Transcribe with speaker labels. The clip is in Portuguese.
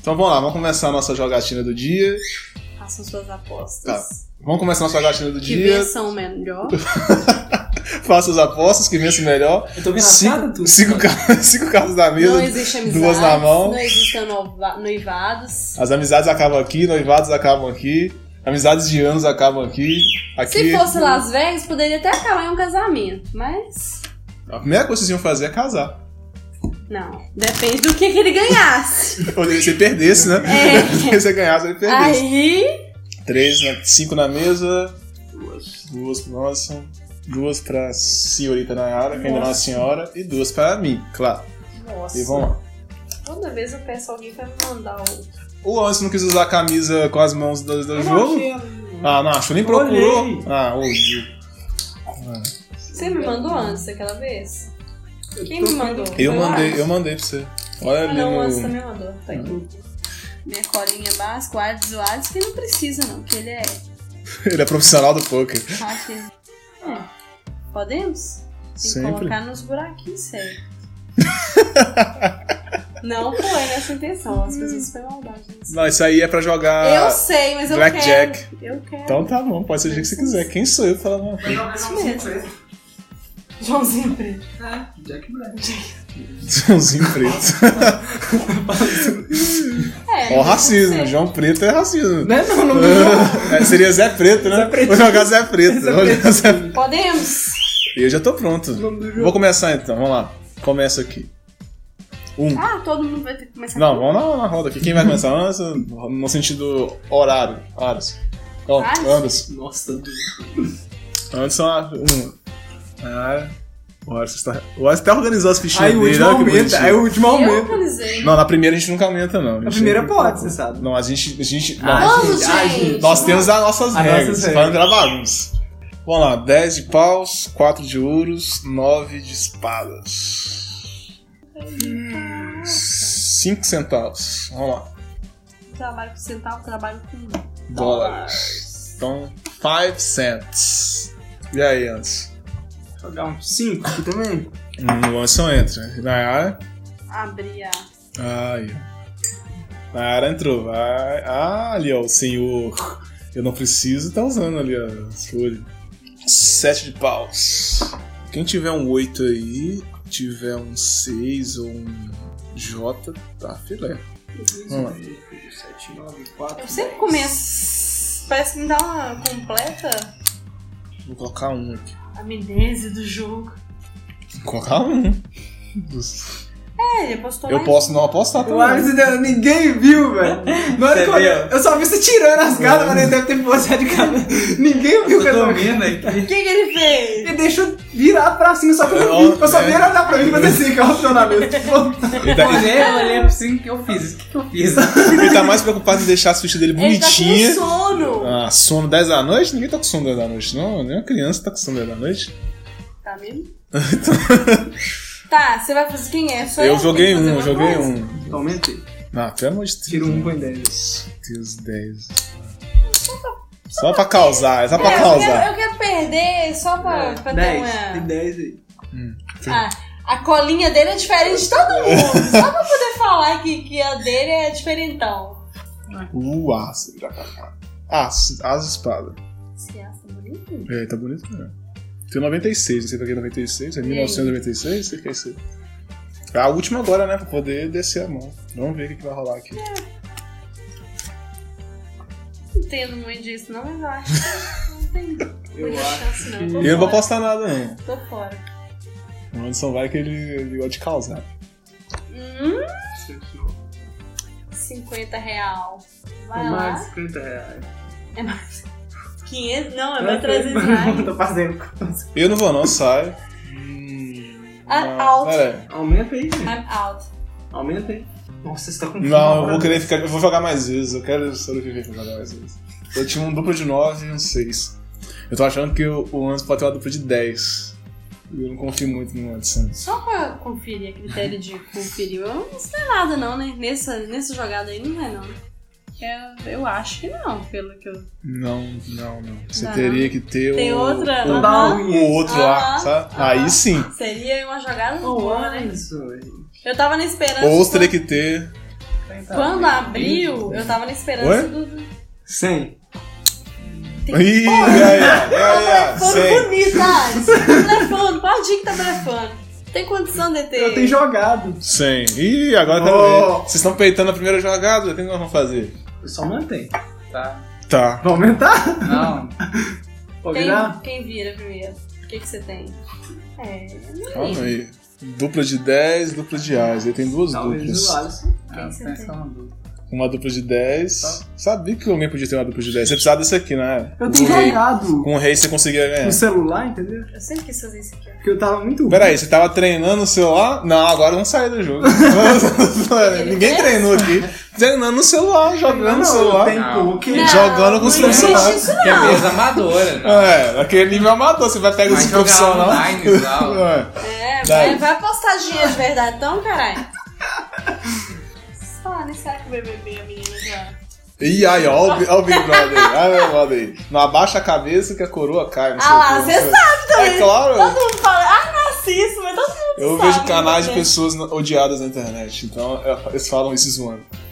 Speaker 1: Então vamos lá, vamos começar a nossa jogatina do dia. Tá.
Speaker 2: Façam suas apostas.
Speaker 1: Vamos começar a nossa jogatina do
Speaker 2: Que
Speaker 1: dia.
Speaker 2: versão melhor.
Speaker 1: Faça as apostas, que vence o melhor.
Speaker 3: Eu tô vendo a cara
Speaker 1: Cinco,
Speaker 3: do
Speaker 1: cinco, car- cinco cartas na
Speaker 2: Não
Speaker 1: mesa.
Speaker 2: existe amizade.
Speaker 1: duas na mão.
Speaker 2: Não existem noiva- noivados.
Speaker 1: As amizades acabam aqui, noivados acabam aqui. Amizades de anos acabam aqui. aqui.
Speaker 2: Se fosse Las Vegas, poderia até acabar em um casamento, mas.
Speaker 1: A primeira coisa que vocês iam fazer é casar.
Speaker 2: Não. Depende do que, que ele ganhasse.
Speaker 1: Poderia ser perdesse, né?
Speaker 2: É.
Speaker 1: Se você ganhasse, ele perdesse.
Speaker 2: Aí.
Speaker 1: Três, na- cinco na mesa.
Speaker 3: Duas.
Speaker 1: Duas pra nossa. Duas pra senhorita Nayara, que ainda não é uma senhora. E duas pra mim, claro.
Speaker 2: Nossa.
Speaker 1: E vamos lá.
Speaker 2: Toda vez eu peço alguém pra me mandar um. o.
Speaker 1: O Anson não quis usar a camisa com as mãos do, do jogo. Ah, não, acho que nem procurou.
Speaker 3: Olhei.
Speaker 1: Ah, ouviu.
Speaker 2: Você me mandou antes daquela vez? Quem me mandou?
Speaker 1: Eu
Speaker 2: Foi o
Speaker 1: mandei,
Speaker 2: Alisson?
Speaker 1: eu mandei pra você. Olha
Speaker 2: Ah,
Speaker 1: ali
Speaker 2: não, o Antes
Speaker 1: no.
Speaker 2: também mandou. Tá aqui. Minha colinha básica, o Ades, o Ades, que não precisa, não, que ele é.
Speaker 1: Ele é profissional do poker.
Speaker 2: hacker. É. Podemos? Tem que
Speaker 1: Sempre.
Speaker 2: colocar nos buraquinhos sério. não foi nessa intenção, as pessoas foi maldade. nisso.
Speaker 1: Não, isso aí é pra
Speaker 2: eu
Speaker 1: jogar.
Speaker 2: sei, mas eu
Speaker 1: Blackjack.
Speaker 2: quero. Eu quero.
Speaker 1: Então tá bom, pode ser o dia que você quiser. Quem sou eu pra falar uma coisa?
Speaker 2: Joãozinho Preto.
Speaker 3: É, Jack Black.
Speaker 1: Joãozinho preto. Ó, o
Speaker 2: É. eu
Speaker 1: racismo.
Speaker 2: sei.
Speaker 1: João preto é racismo.
Speaker 3: Né? Não, não, não.
Speaker 1: É, seria Zé Preto, né?
Speaker 3: Zé Preto.
Speaker 1: Vou jogar Zé Preto.
Speaker 3: Zé
Speaker 1: Vou jogar Zé Preto.
Speaker 2: Podemos?
Speaker 1: Eu já tô pronto.
Speaker 3: nome do jogo.
Speaker 1: Vou começar então, vamos lá. Começa aqui. Um.
Speaker 2: Ah, todo mundo vai ter que começar.
Speaker 1: Não, vamos na, na roda aqui. Quem vai começar? Anderson, no sentido horário. Horas. Então,
Speaker 2: Horas?
Speaker 1: Anderson.
Speaker 3: Nossa, do-
Speaker 1: Anderson, ah, um. Ah, o Anderson está. O Anderson até organizou as fichinhas
Speaker 3: Aí o
Speaker 1: dele.
Speaker 3: último
Speaker 1: olha que
Speaker 3: aumenta,
Speaker 1: bonitinho.
Speaker 3: aí o último
Speaker 2: Eu
Speaker 3: aumenta.
Speaker 2: organizei.
Speaker 1: Não, na primeira a gente nunca aumenta, não.
Speaker 3: A primeira pode, você sabe.
Speaker 1: Não, a gente. A gente
Speaker 3: Ah,
Speaker 1: não,
Speaker 2: Vamos,
Speaker 3: gente, ah,
Speaker 2: gente.
Speaker 3: gente.
Speaker 1: nós temos as nossas
Speaker 3: As
Speaker 1: regras.
Speaker 3: nossas
Speaker 1: Nossas
Speaker 3: regras.
Speaker 1: para virar bagunça. Vamos lá, 10 de paus, 4 de ouros, 9 de espadas. 5 centavos. Vamos lá.
Speaker 2: Eu trabalho com centavo, trabalho com
Speaker 1: dólares. Então, 5 cents. E aí, antes?
Speaker 3: Jogar um 5 aqui também.
Speaker 1: Hum, o Anson entra. Nayara?
Speaker 2: abrir a.
Speaker 1: ah, Aí. ó. Nayara entrou. Vai. Ah, ali, ó, o senhor. Eu não preciso tá usando ali, ó, as folhas. 7 de paus. Quem tiver um 8 aí, tiver um 6 ou um J, tá filé. Vamos lá.
Speaker 3: 7, 9, 4.
Speaker 2: Eu sempre começo. Parece que me dá uma completa
Speaker 1: Vou colocar um aqui.
Speaker 2: amnésia do jogo.
Speaker 1: Vou colocar um.
Speaker 2: É, ele apostou
Speaker 1: Eu
Speaker 2: mais
Speaker 1: posso não apostar né?
Speaker 3: O Alisson, deu- ninguém viu, velho. Na hora que eu olhei, eu só vi você tirando as garras, mas ele deve ter postado de cara. Ninguém viu o que eu tô vendo
Speaker 2: O que, que ele fez?
Speaker 3: Ele deixou virar pra cima, só que eu não vi. Eu
Speaker 1: É.
Speaker 3: só vi ele olhar pra mim e fazer assim, que eu tô na mesa.
Speaker 1: Ele tá, ele-
Speaker 4: eu olhei assim, o que eu fiz? O que, que eu fiz?
Speaker 1: ele tá mais preocupado em deixar as fichas dele bonitinha.
Speaker 2: Ele tá com sono.
Speaker 1: Ah, sono 10 da noite? Ninguém tá com sono 10 da noite, não. Nenhuma criança tá com sono 10 da noite.
Speaker 2: Tá mesmo? tá, você vai fazer quem é? Sou
Speaker 1: eu
Speaker 2: que
Speaker 1: joguei
Speaker 2: tenho que
Speaker 1: um, eu
Speaker 2: fazer uma
Speaker 1: joguei
Speaker 2: coisa?
Speaker 1: um.
Speaker 3: Aumentei.
Speaker 1: Ah, pelo amor de Deus.
Speaker 3: Tiro um,
Speaker 1: Meu
Speaker 3: põe 10.
Speaker 1: Deus, 10. Só pra causar, é só pra É,
Speaker 2: É, eu, quero,
Speaker 1: causar.
Speaker 2: eu quero perder só pra, pra ter
Speaker 3: 10. Tem
Speaker 2: uma.
Speaker 3: 10 aí.
Speaker 2: Ah, a colinha dele é diferente de todo mundo. só pra poder falar que, que a dele é diferentão.
Speaker 1: Uh, as. As, as espadas.
Speaker 2: Esse aço tá bonito.
Speaker 1: É, tá bonito mesmo. Tem 96, não sei pra que é 96, é
Speaker 2: Sim.
Speaker 1: 1996, sei que é isso aí. É a última agora, né? Pra poder descer a mão. Vamos ver o que, que vai rolar aqui.
Speaker 2: Não entendo muito disso, não, mas eu acho que não tem
Speaker 3: Eu
Speaker 2: muita
Speaker 3: acho
Speaker 2: chance, não. Tô
Speaker 1: Eu não vou
Speaker 2: fora.
Speaker 1: postar nada, não.
Speaker 2: Tô fora.
Speaker 1: O Anderson vai que ele, ele gosta de causar.
Speaker 2: Hum, 50 real. Vai
Speaker 3: É
Speaker 2: lá.
Speaker 3: mais 50 reais.
Speaker 2: É mais. 500? Não, é
Speaker 3: Não,
Speaker 2: mais 300 reais.
Speaker 3: Tô fazendo.
Speaker 1: Eu não vou não, sai.
Speaker 2: Ah, out.
Speaker 3: Aumenta aí, gente.
Speaker 2: I'm out.
Speaker 3: Aumenta aí. Nossa, você tá com
Speaker 1: Não, eu vou querer ficar. Eu vou jogar mais vezes, eu quero sobreviver pra jogar mais vezes. Eu tinha um duplo de 9 e um 6. Eu tô achando que o, o Anderson pode ter uma dupla de 10. E Eu não confio muito no Anderson.
Speaker 2: Só pra conferir, a critério de conferir, eu não sei nada não, né? Nessa, nessa jogada aí não é não. Eu, eu acho que não, pelo que eu...
Speaker 1: Não, não, não. Você
Speaker 2: Não.
Speaker 1: teria que ter
Speaker 2: Tem
Speaker 1: o.
Speaker 2: outra?
Speaker 1: O,
Speaker 2: Aham.
Speaker 1: o outro lá,
Speaker 2: Aham.
Speaker 1: sabe?
Speaker 2: Aham.
Speaker 1: Aí sim.
Speaker 2: Seria uma jogada
Speaker 3: Oh,
Speaker 2: boa, né?
Speaker 3: isso.
Speaker 2: Eu tava na esperança...
Speaker 1: Ou você teria que ter
Speaker 2: Quando abriu, eu tava na
Speaker 1: Ué?
Speaker 2: esperança do. do-
Speaker 3: 100.
Speaker 1: Ih, ai, ai, ai, ai,
Speaker 2: Telefone
Speaker 1: sei.
Speaker 2: bonito, ah, esse telefone, pode ir que tá telefone. Tem condição de ter.
Speaker 3: Eu tenho jogado.
Speaker 1: Sim. Ih, agora quero
Speaker 3: Oh.
Speaker 1: ver. Vocês estão peitando a primeira jogada, o que nós vamos fazer?
Speaker 4: Eu só mantém, tá?
Speaker 1: Tá.
Speaker 3: Vou aumentar?
Speaker 4: Não,
Speaker 3: Vou
Speaker 2: Quem,
Speaker 1: né?
Speaker 3: virar?
Speaker 2: quem vira primeiro? O que, que você tem? É. não
Speaker 1: Calma
Speaker 2: lembro.
Speaker 1: aí. Dupla de 10, dupla de reais. Aí tem duas
Speaker 3: Talvez
Speaker 1: duplas.
Speaker 3: o Alisson.
Speaker 4: não,
Speaker 2: você
Speaker 4: tem
Speaker 2: tem?
Speaker 4: só uma dúvida.
Speaker 1: Uma dupla de 10. Sabia que alguém podia ter uma dupla de 10. Você precisava desse aqui, né?
Speaker 3: Eu
Speaker 1: Com
Speaker 3: tenho
Speaker 1: o rei.
Speaker 3: jogado
Speaker 1: Com o rei você conseguia ganhar.
Speaker 3: no celular, entendeu?
Speaker 2: Eu sempre quis fazer isso aqui, ó.
Speaker 3: Porque eu tava muito ruim.
Speaker 1: Peraí, você tava treinando o celular? Não, agora não sai do jogo. Ninguém treinou aqui. Treinando no celular, jogando
Speaker 3: Não,
Speaker 1: no celular.
Speaker 3: tem
Speaker 4: Não.
Speaker 3: pouco.
Speaker 2: Não,
Speaker 1: Jogando com os
Speaker 2: não existe
Speaker 1: profissionais.
Speaker 2: isso,
Speaker 4: Que é
Speaker 2: não.
Speaker 4: mesa amadora, né?
Speaker 1: É, aquele nível amador, você vai pegar
Speaker 4: Vai
Speaker 1: esse
Speaker 4: jogar
Speaker 1: profissional.
Speaker 4: online e tal.
Speaker 1: É.
Speaker 2: É,
Speaker 1: Vai.
Speaker 2: vai, vai apostar dinheiro de verdade então, caralho. Fala nesse cara né, que o BBB, a menina já.
Speaker 1: Ih, ai, ó, o Bi- ó o Big Brother aí. Ai, meu brother aí. Não abaixa a cabeça que a coroa cai. não sei
Speaker 2: Ah lá,
Speaker 1: o quê.
Speaker 2: você sabe também.
Speaker 1: É claro.
Speaker 2: Todo mundo fala, ah, narciso, mas todo mundo
Speaker 1: Eu
Speaker 2: sabe.
Speaker 1: vejo canais de
Speaker 2: né?
Speaker 1: pessoas odiadas na internet, então é, eles falam isso zoando.